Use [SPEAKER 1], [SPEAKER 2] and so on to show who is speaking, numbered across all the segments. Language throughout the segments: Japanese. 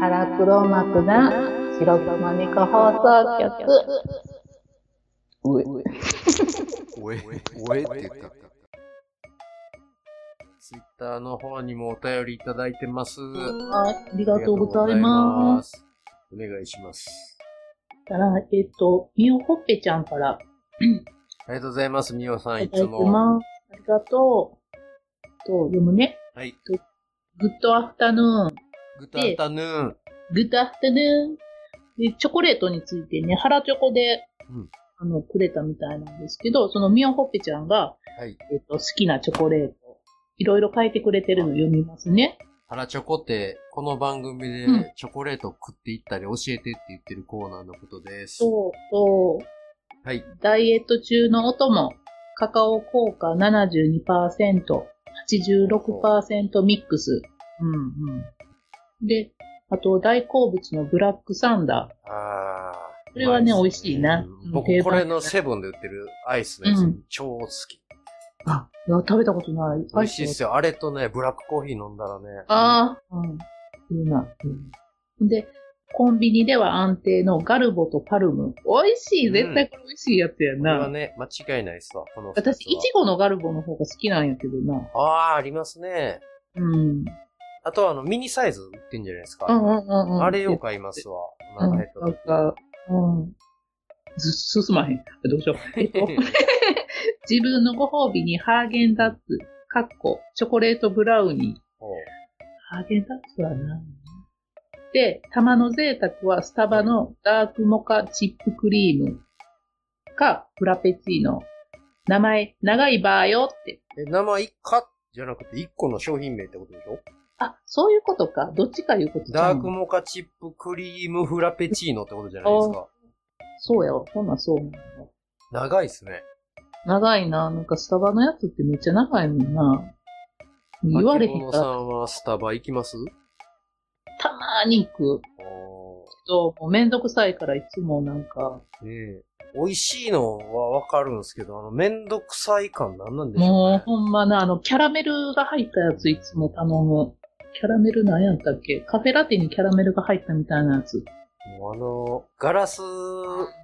[SPEAKER 1] 腹黒幕な白熊猫放送局。
[SPEAKER 2] おえ、おえって言った。
[SPEAKER 3] ツイッターの方にもお便りいただいてます。あ。
[SPEAKER 1] はい、ありがとうございます
[SPEAKER 3] お願いします。
[SPEAKER 1] す。たら、えっと、みおほっぺちゃんから
[SPEAKER 3] ありがとうございます、みおさ
[SPEAKER 1] いただ
[SPEAKER 3] ん、
[SPEAKER 1] いて
[SPEAKER 3] いつも。
[SPEAKER 1] ます。ありがとう。と、読むね。
[SPEAKER 3] はい。
[SPEAKER 1] グッドアフタヌーン。
[SPEAKER 3] グッドアフタヌーン。
[SPEAKER 1] グッドアフタヌーン。で、チョコレートについてね、腹チョコで、
[SPEAKER 3] うん
[SPEAKER 1] あの、くれたみたいなんですけど、そのみおほっぺちゃんが、
[SPEAKER 3] はい。
[SPEAKER 1] えっと、好きなチョコレート、いろいろ書いてくれてるの読みますね。
[SPEAKER 3] 腹チョコって、この番組で
[SPEAKER 1] うん
[SPEAKER 3] チョコレートを食っていったり教えてって言ってるコーナーのことです。
[SPEAKER 1] そう、そう。
[SPEAKER 3] はい。
[SPEAKER 1] ダイエット中のお供、カカオ効果72%、86%ミックス。うんうん。で、あと、大好物のブラックサンダ
[SPEAKER 3] あー。
[SPEAKER 1] これはね
[SPEAKER 3] うま
[SPEAKER 1] 美味
[SPEAKER 3] です
[SPEAKER 1] しいな
[SPEAKER 3] うん
[SPEAKER 1] うん
[SPEAKER 3] 僕
[SPEAKER 1] 定、
[SPEAKER 3] こ
[SPEAKER 1] 番
[SPEAKER 3] れのセブンで売ってるアイスのやつ、
[SPEAKER 1] うん
[SPEAKER 3] 超好き。
[SPEAKER 1] ー。あ、いや食べたことない。
[SPEAKER 3] 美味しいっ
[SPEAKER 1] よ。
[SPEAKER 3] すよ。あれとね、ブラックコーヒー飲んだらね。
[SPEAKER 1] ああ。うん。いいな。うん、で、コンビニでは安定のガルボとパルム。美味し
[SPEAKER 3] う
[SPEAKER 1] い。
[SPEAKER 3] ん
[SPEAKER 1] 絶対これ美味しいやつや
[SPEAKER 3] これは
[SPEAKER 1] な。
[SPEAKER 3] ね、間違いないっすわ。この二つは
[SPEAKER 1] 私、いちごのガルボの方が好きなんやけどな。
[SPEAKER 3] ああー、ありますね。
[SPEAKER 1] うん。
[SPEAKER 3] あとはあの、ミニサイズ売ってんじゃないですか。
[SPEAKER 1] うんうんうんうん。
[SPEAKER 3] あれよ買いますわ。お
[SPEAKER 1] うん、
[SPEAKER 3] 腹減った
[SPEAKER 1] なん
[SPEAKER 3] 時
[SPEAKER 1] か、うん。す、進まへん。どうしよう。えっと、 自分のご褒美にハーゲンダッツ、かっこ、チョコレートブラウニー。
[SPEAKER 3] ほう
[SPEAKER 1] ハーゲンダッツはな。で、玉の贅沢はスタバのダークモカチップクリームか、フラペチーノ。名前、長いバーよって。
[SPEAKER 3] え、名前一かじゃなくて一個の商品名ってことでしょ
[SPEAKER 1] あ、そういうことか。どっちかいうことちゃ
[SPEAKER 3] ダ
[SPEAKER 1] う
[SPEAKER 3] ー
[SPEAKER 1] の
[SPEAKER 3] クモカチップクリームフラペチーノってことじゃないですか。
[SPEAKER 1] そうやわ。ほんなんそうなの。
[SPEAKER 3] 長いっすね。
[SPEAKER 1] 長いな。なんかスタバのやつってめっちゃ長いもんな。言われへん
[SPEAKER 3] 秋物
[SPEAKER 1] か
[SPEAKER 3] さ
[SPEAKER 1] ら、
[SPEAKER 3] んはスタバ行きます
[SPEAKER 1] たまーに行く
[SPEAKER 3] お
[SPEAKER 1] けど、もうめんどくさいからいつもなんか、
[SPEAKER 3] ーねえ美味しいのはわかるんですけど、あの、めんどくさい感なんなんでしょう
[SPEAKER 1] も
[SPEAKER 3] ね
[SPEAKER 1] う。ほんまな、あの、キャラメルが入ったやついつも頼む。キャラメルなんやったっけカフェラテにキャラメルが入ったみたいなやつ。
[SPEAKER 3] もうあの、ガラス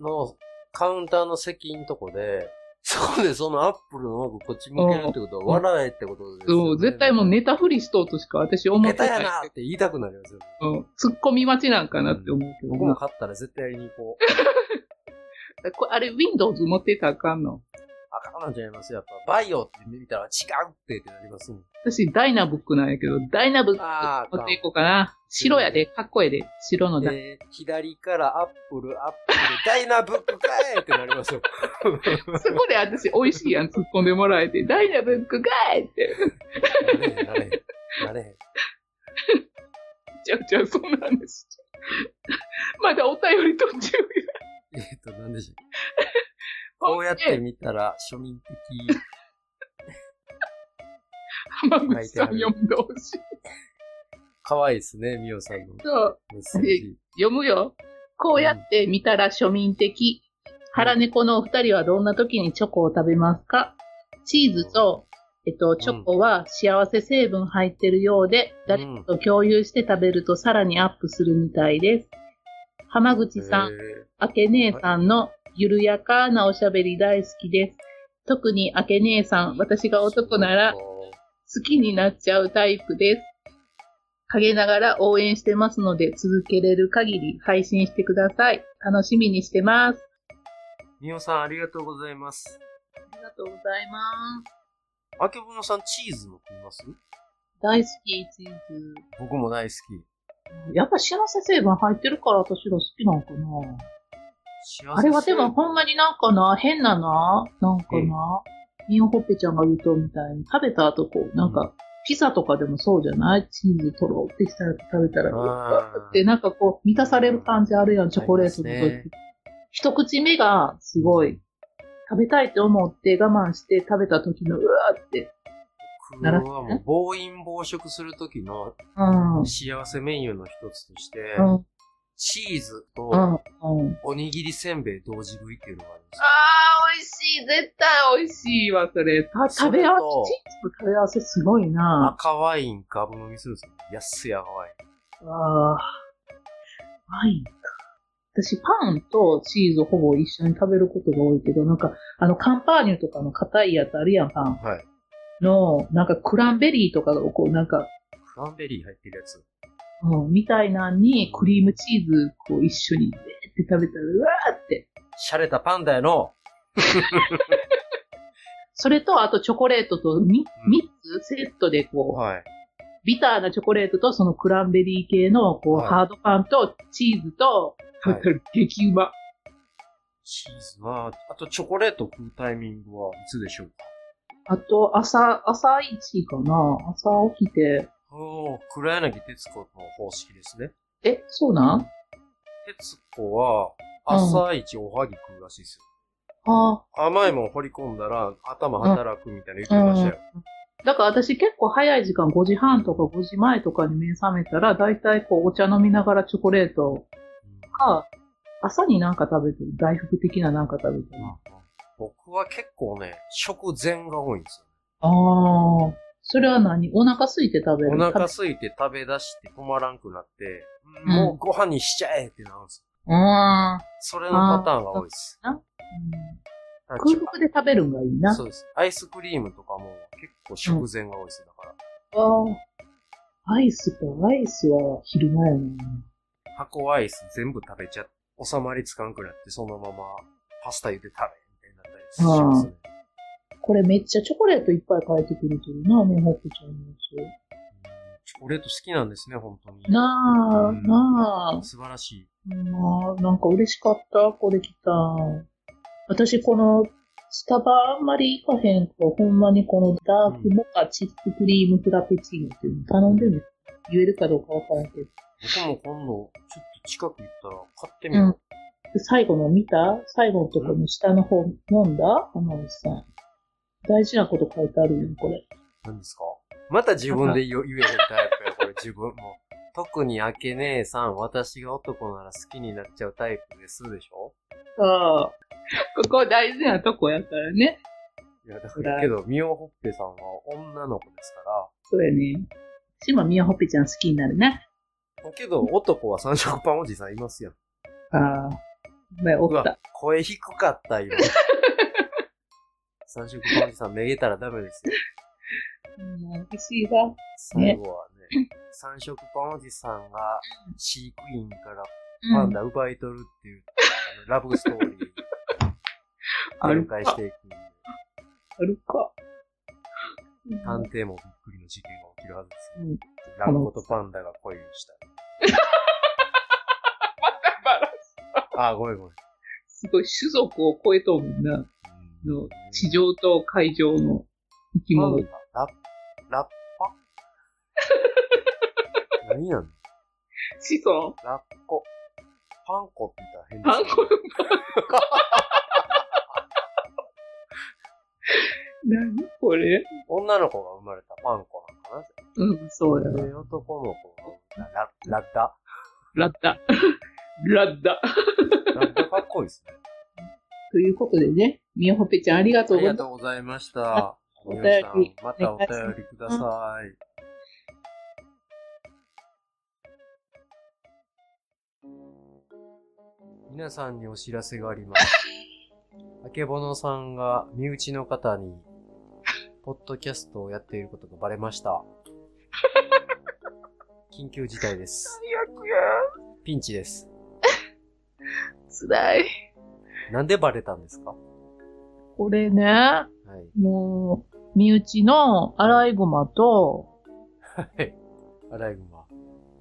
[SPEAKER 3] のカウンターの席んとこで、そこでそのアップルのマグこっち向けるってことは笑えってことですよね、
[SPEAKER 1] そう、絶対もうネタフリしとうとしか私思
[SPEAKER 3] 下
[SPEAKER 1] って
[SPEAKER 3] 手や
[SPEAKER 1] ない。
[SPEAKER 3] なって言いたくなりますよね。
[SPEAKER 1] うん、ツッコミ待ちなんかなって思うけど
[SPEAKER 3] 僕も
[SPEAKER 1] な。
[SPEAKER 3] 買ったら絶対にこう、
[SPEAKER 1] これあれ、Windows 持ってたらあかんの
[SPEAKER 3] 赤なんちゃいますやっぱ、バイオって見たら違うってってなりますもん。
[SPEAKER 1] 私、ダイナブックなんやけど、ダイナブック
[SPEAKER 3] あー
[SPEAKER 1] 持っていこうかな。白やで、かっこええで、白のダイ
[SPEAKER 3] で、左からアップル、アップル、ダイナブックかいってなりますよ。
[SPEAKER 1] そこで私、美味しいやん、突っ込んでもらえて、ダイナブックかいって。
[SPEAKER 3] なれへん、なれへん。なれへん。
[SPEAKER 1] ちゃうちゃう、そんなんです。まだお便り途中よ
[SPEAKER 3] えっと、なんでしょう。こうやって見たら庶民的。
[SPEAKER 1] 浜口さん読んでほしい。
[SPEAKER 3] 可愛いですね、みおさんの
[SPEAKER 1] そう、
[SPEAKER 3] メッセージ。
[SPEAKER 1] 読むよ。こうやって見たら庶民的。腹猫のお二人はどんな時にチョコを食べますかチーズと、えっと、チョコは幸せ成分入ってるようで、誰かと共有して食べるとさらにアップするみたいです。浜口さん、
[SPEAKER 3] へー
[SPEAKER 1] あけ姉さんの緩やかなおしゃべり大好きです。特にあけ姉さん、私が男なら好きになっちゃうタイプです。陰ながら応援してますので、続けれる限り配信してください。楽しみにしてます。
[SPEAKER 3] みおさん、ありがとうございます。
[SPEAKER 1] ありがとうございます。
[SPEAKER 3] あけぼのさん、チーズも食います
[SPEAKER 1] 大好き、チーズ。
[SPEAKER 3] 僕も大好
[SPEAKER 1] やっぱ幸せ成分入ってるから私ら好きなのかな
[SPEAKER 3] き。
[SPEAKER 1] あれはでもほんまになんかな、変なな、なんかな、ミンホッペちゃんが言うとみたいに、食べた後こう、なん
[SPEAKER 3] う
[SPEAKER 1] か、ピザとかでもそうじゃないチーズとろってしたやつ食べたら、うわーってなんかこう、満たされる感じあるやん、チョコレートの
[SPEAKER 3] ありますね
[SPEAKER 1] 時。一口目がすごい、食べたいって思って我慢して食べた時の、うわーって。
[SPEAKER 3] 僕はもう暴飲暴食するときの
[SPEAKER 1] うん。
[SPEAKER 3] 幸せメニューの一つとして、
[SPEAKER 1] うん。
[SPEAKER 3] チーズ
[SPEAKER 1] う
[SPEAKER 3] と
[SPEAKER 1] ん。うん。
[SPEAKER 3] おにぎりせんべい同時食いっていうのがあります
[SPEAKER 1] あ。ー、美味しい。絶対美味しいわ、それ。た食べ合わせ、チーズと食べ合わせすごいな。
[SPEAKER 3] 赤ワインガブ飲みするんですよ。安い赤ワイン。
[SPEAKER 1] ああ、はい。私、パンとチーズほぼ一緒に食べることが多いけど、なんか、あの、カンパーニュとかの硬いやつあるやん、パン。
[SPEAKER 3] はい。
[SPEAKER 1] の、なんか、クランベリーとかが、こう、なんか、
[SPEAKER 3] クランベリー入ってるやつ。
[SPEAKER 1] うん、みたいなんに、クリームチーズ、こう、一緒に、って食べたら、うわーって。
[SPEAKER 3] シャレたパンダやの。
[SPEAKER 1] それと、あと、チョコレートとみ
[SPEAKER 3] うん
[SPEAKER 1] 三つセットで、こう、
[SPEAKER 3] はい。
[SPEAKER 1] ビターなチョコレートと、そのクランベリー系の、こう、
[SPEAKER 3] はい
[SPEAKER 1] ハードパンと、チーズと、
[SPEAKER 3] はい
[SPEAKER 1] 食べたら 激うま。
[SPEAKER 3] チーズは、あとチョコレート食うタイミングはいつでしょうか
[SPEAKER 1] あと、朝、朝一かな朝起きて、
[SPEAKER 3] おー、黒柳徹子の方式ですね。
[SPEAKER 1] え、そうなん
[SPEAKER 3] 徹子は、朝一おはぎ食うらしいですよ。
[SPEAKER 1] あ
[SPEAKER 3] 甘いもん掘り込んだら、頭働くみたいな言ってましたよ。
[SPEAKER 1] あ。だから私結構早い時間、5時半とか5時前とかに目覚めたら、だいたいこうお茶飲みながらチョコレートか、朝になんか食べてる。大福的ななんか食べてる。
[SPEAKER 3] 僕は結構ね、食前が多いんですよ。
[SPEAKER 1] ああ。それは何お腹空いて食べる
[SPEAKER 3] お腹
[SPEAKER 1] 食
[SPEAKER 3] 空いて食べ出して止まらんくなって、
[SPEAKER 1] うん
[SPEAKER 3] もうご飯にしちゃえってなるんですよ。
[SPEAKER 1] べうーん。うん
[SPEAKER 3] それのパターンが多いです。だから
[SPEAKER 1] 空腹で食べるんがいいな。あ
[SPEAKER 3] そうです。アイスクリームとかも結構食前が多いです。だから、
[SPEAKER 1] あ。アイスか、アイスは昼前やな。
[SPEAKER 3] 箱アイス全部食べちゃって、収まりつかんくなって、そのままパスタ茹で食べ、みたいになったりしますね。
[SPEAKER 1] これめっちゃチョコレートいっぱい変えてくれてるな、ねほっぺちゃんのや
[SPEAKER 3] チョコレート好きなんですね、本当に。
[SPEAKER 1] つ。なあ、
[SPEAKER 3] うん
[SPEAKER 1] なあ。
[SPEAKER 3] 素晴らしい。
[SPEAKER 1] まあ、なんか嬉しかった、これ来た。私、この、スタバあんまり行かへんから、ほんまにこのダークモカチップクリームフラペチーノっていうの頼んでね。言えるかどうかわからんけど。
[SPEAKER 3] 僕も今度、ちょっと近く行ったら買ってみよう。
[SPEAKER 1] うんで最後の見た最後のとこの下の方飲んだ浜口さん。大事なこと書いてあるよ、これ。
[SPEAKER 3] 何ですかまた自分で言う言えへんタイプや、これ自分も。特に明け姉さん、私が男なら好きになっちゃうタイプですでしょ
[SPEAKER 1] ああ。ここ大事なとこやからね。
[SPEAKER 3] いや、だか
[SPEAKER 1] そら
[SPEAKER 3] ら、けど、ミオホッペさんは女の子ですか
[SPEAKER 1] そうやね。島宮ほっぺちゃん好きになるね。
[SPEAKER 3] ら。けど、男は三色パンおじさんいますやん。
[SPEAKER 1] ああ。前、お
[SPEAKER 3] う
[SPEAKER 1] った
[SPEAKER 3] わ。、声低かった、今。三色パンおじさんめげたらダメですよ。
[SPEAKER 1] うん、美味しいわ。
[SPEAKER 3] 最後はね、三色パンおじさんが飼育員からパンダ奪い取るっていう、あのラブストーリー
[SPEAKER 1] ある
[SPEAKER 3] 展
[SPEAKER 1] か
[SPEAKER 3] 開していくんで、
[SPEAKER 1] あるか。
[SPEAKER 3] 探偵もびっくりの事件が起きるはずですよ。
[SPEAKER 1] うん
[SPEAKER 3] ラブコとパンダが恋をした。あ、ごめんごめん。
[SPEAKER 1] すごい種族を超えとんな。の地上と海上の生き
[SPEAKER 3] 今
[SPEAKER 1] 物。
[SPEAKER 3] ラッ、ラッ パ何やの
[SPEAKER 1] 子孫
[SPEAKER 3] ラッコ。パンコって言ったら
[SPEAKER 1] パ
[SPEAKER 3] 変
[SPEAKER 1] ン
[SPEAKER 3] です
[SPEAKER 1] コ
[SPEAKER 3] よ
[SPEAKER 1] の何これ
[SPEAKER 3] 女の子が生まれたパンコなのか
[SPEAKER 1] うん、そう
[SPEAKER 3] な
[SPEAKER 1] や。
[SPEAKER 3] で、男の子がララッダ
[SPEAKER 1] ラッダ。ラッダ。
[SPEAKER 3] ラッダかっこいいですね。
[SPEAKER 1] ということでね、みよほぺちゃんありが
[SPEAKER 3] あ
[SPEAKER 1] とう
[SPEAKER 3] り
[SPEAKER 1] ござい
[SPEAKER 3] が
[SPEAKER 1] ます。
[SPEAKER 3] とうござ いました。
[SPEAKER 1] お便り
[SPEAKER 3] 皆さんまたお便りください。皆さんにお知らせがあります。あけぼのさんが身内の方に、ポッドキャストをやっていることがバレました。緊急事 態です。ピンチです。
[SPEAKER 1] つらい。
[SPEAKER 3] なんでバレたんですかは
[SPEAKER 1] これね、
[SPEAKER 3] い。
[SPEAKER 1] もう、身内のアライグマと、
[SPEAKER 3] はい。アライグマ。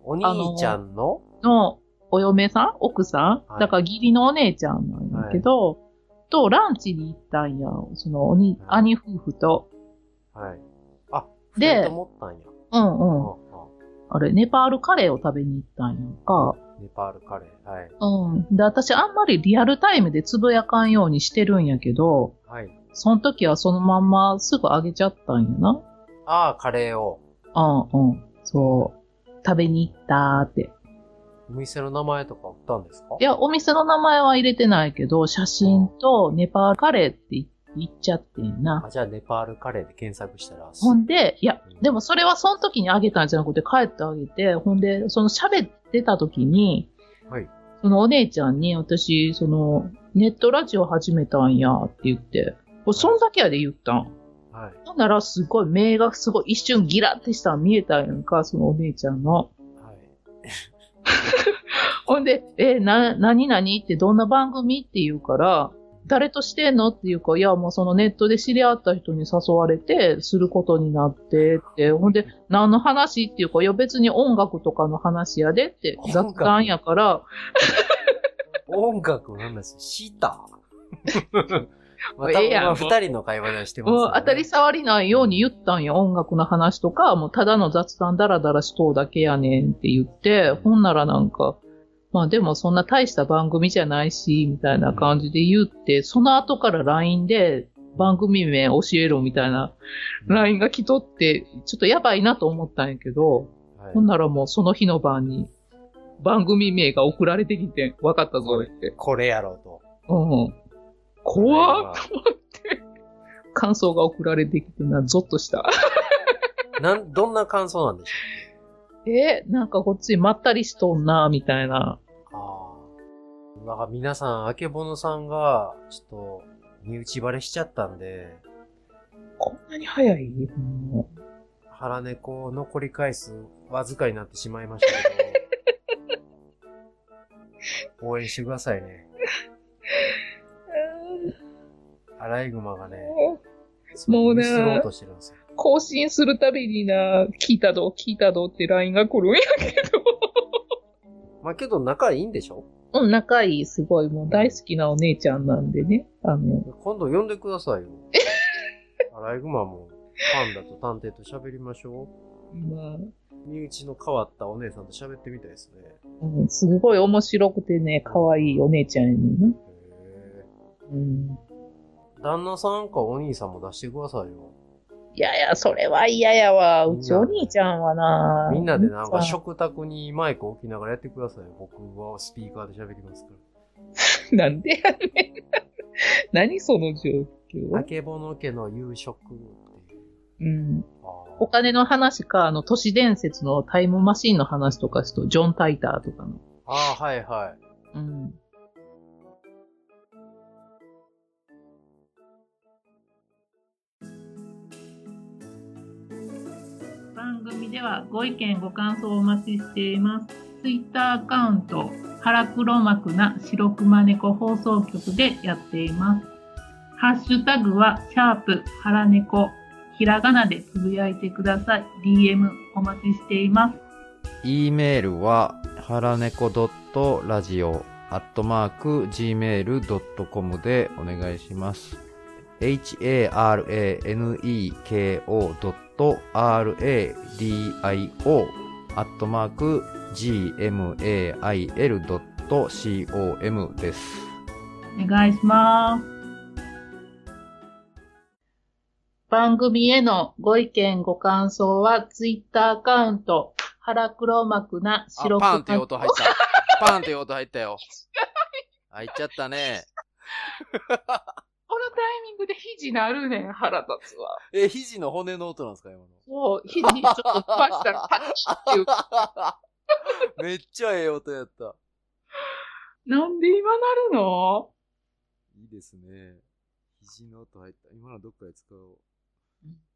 [SPEAKER 3] お兄ちゃんの、
[SPEAKER 1] のお嫁さん奥さん、
[SPEAKER 3] はい
[SPEAKER 1] だから義理のお姉ちゃんなんだけど、とランチに行ったんや。そのおに、
[SPEAKER 3] はい
[SPEAKER 1] 兄夫婦と。
[SPEAKER 3] はい。あ、
[SPEAKER 1] で
[SPEAKER 3] 二人ともおったんや。
[SPEAKER 1] うんうん。
[SPEAKER 3] う
[SPEAKER 1] あれ、ネパールカレーを食べに行ったんやんか。
[SPEAKER 3] んうんネパールカレー。はい。
[SPEAKER 1] うん。で、私あんまりリアルタイムでつぶやかんようにしてるんやけど、
[SPEAKER 3] はい。
[SPEAKER 1] その時はそのまんますぐあげちゃったんやな。
[SPEAKER 3] ああ、カレーを。
[SPEAKER 1] うんうん。そう。食べに行ったーって。
[SPEAKER 3] お店の名前とか売ったんですか
[SPEAKER 1] いや、お店の名前は入れてないけど、写真とネパールカレーって言言っちゃってんな。
[SPEAKER 3] あ、じゃあネパールカレーで検索したら、
[SPEAKER 1] ほんで、いや
[SPEAKER 3] うん、
[SPEAKER 1] でもそれはその時にあげたんじゃなくて、帰ってあげて、ほんで、その喋ってた時に、
[SPEAKER 3] はい
[SPEAKER 1] そのお姉ちゃんに、私、その、ネットラジオ始めたんやって言って、これそんだけやで言ったん。
[SPEAKER 3] はい。
[SPEAKER 1] ほんなら、すごい、目がすごい一瞬ギラってしたの見えたんやんか、そのお姉ちゃんの。
[SPEAKER 3] はい。
[SPEAKER 1] ほんで、え、な、何々ってどんな番組って言うから、誰としてんのっていうか、いや、もうそのネットで知り合った人に誘われて、することになってって、ほんで、何の話っていうか、いや、別に音楽とかの話やでって、雑談やから、
[SPEAKER 3] 音楽の話 したま
[SPEAKER 1] ええやん
[SPEAKER 3] た、二人の会話でしてます、ね。
[SPEAKER 1] もう当たり障りないように言ったんや、音楽の話とか、もうただの雑談ダラダラしとうだけやねんって言って、ほんならなんか、まあでもそんな大した番組じゃないし、みたいな感じで言って、その後から LINE で番組名教えろみたいな LINE が来とって、ちょっとやばいなと思ったんやけど、
[SPEAKER 3] はい
[SPEAKER 1] ほんならもうその日の晩に番組名が送られてきて、わかったぞって。
[SPEAKER 3] これやろうと。
[SPEAKER 1] うん。怖っ
[SPEAKER 3] っ
[SPEAKER 1] 感想が送られてきてな、ゾッとした。
[SPEAKER 3] なん、どんな感想なんでし
[SPEAKER 1] えーなんかこっちまったりしとんな、みたいな。
[SPEAKER 3] ょうか。ああ。なんか皆さん、あけぼのさんが、ちょっと、身内バレしちゃったんで、
[SPEAKER 1] こんなに早いも
[SPEAKER 3] 腹猫残り回数、わずかになってしまいましたけど、応援してくださいね。アライグマがね、
[SPEAKER 1] もうね
[SPEAKER 3] ミスろうとしてるんですよ。
[SPEAKER 1] 更新するたびにな、聞いたど、聞いたどって LINE が来るんやけ
[SPEAKER 3] まあけど仲いいんでしょ
[SPEAKER 1] ど。うん、仲いい、すごい、もう大好きなお姉ちゃんなんでね。あの、
[SPEAKER 3] 今度呼んでくださいよ。アライグマも、パンダと探偵と喋りましょ
[SPEAKER 1] 今、
[SPEAKER 3] う。身内の変わったお姉さんと喋ってみたいですね。
[SPEAKER 1] うん、すごい面白くてね、可愛いお姉ちゃんやねんな。
[SPEAKER 3] へ
[SPEAKER 1] うん。
[SPEAKER 3] え。旦那さんかお兄さんも出してくださいよ。
[SPEAKER 1] いやいや、それは嫌やわ。うちお兄ちゃんはな。
[SPEAKER 3] みんなでなんか
[SPEAKER 1] ショ
[SPEAKER 3] 食卓にマイク置きながらやってくださいよ。僕はスピーカーで喋りますか
[SPEAKER 1] ックなんでやねん。何その状
[SPEAKER 3] ら。あ
[SPEAKER 1] 況
[SPEAKER 3] けぼの家の夕食っていう。
[SPEAKER 1] うん。
[SPEAKER 3] あー
[SPEAKER 1] お金の話か、あの、都市伝説のタイムマシンの話とかしと、ジョン・タイターとかの。
[SPEAKER 3] あー、はいはい。
[SPEAKER 1] うん。番組ではご意見ご感想をお待ちしています。ツイッターアカウント、腹黒幕な白熊猫放送局でやっています。ハッシュタグは、シャープ、腹猫、ひらがなでつぶやいてください。DM お待ちしています。
[SPEAKER 4] E メールは、はらねこ .radio アットマーク gmail.com でお願いします。haraneko.radio アットマーク gmail.com です。
[SPEAKER 1] お願いします。番組へのご意見、ご感想は、ツイッターアカウント、腹黒幕な
[SPEAKER 4] あ、
[SPEAKER 1] 白黒
[SPEAKER 4] パンっていう音入った。パンっていう音入った よ。入っちゃったね。
[SPEAKER 1] このタイミングで肘なるねん、腹立つわ。
[SPEAKER 4] え、肘の骨の音なんですか、今 の。
[SPEAKER 1] そう、肘にちょっとパしたらパチ っていう。
[SPEAKER 4] めっちゃええ音やった。
[SPEAKER 1] なんで今なるの
[SPEAKER 4] いいですね。肘の音入った。今のどっかで使おう。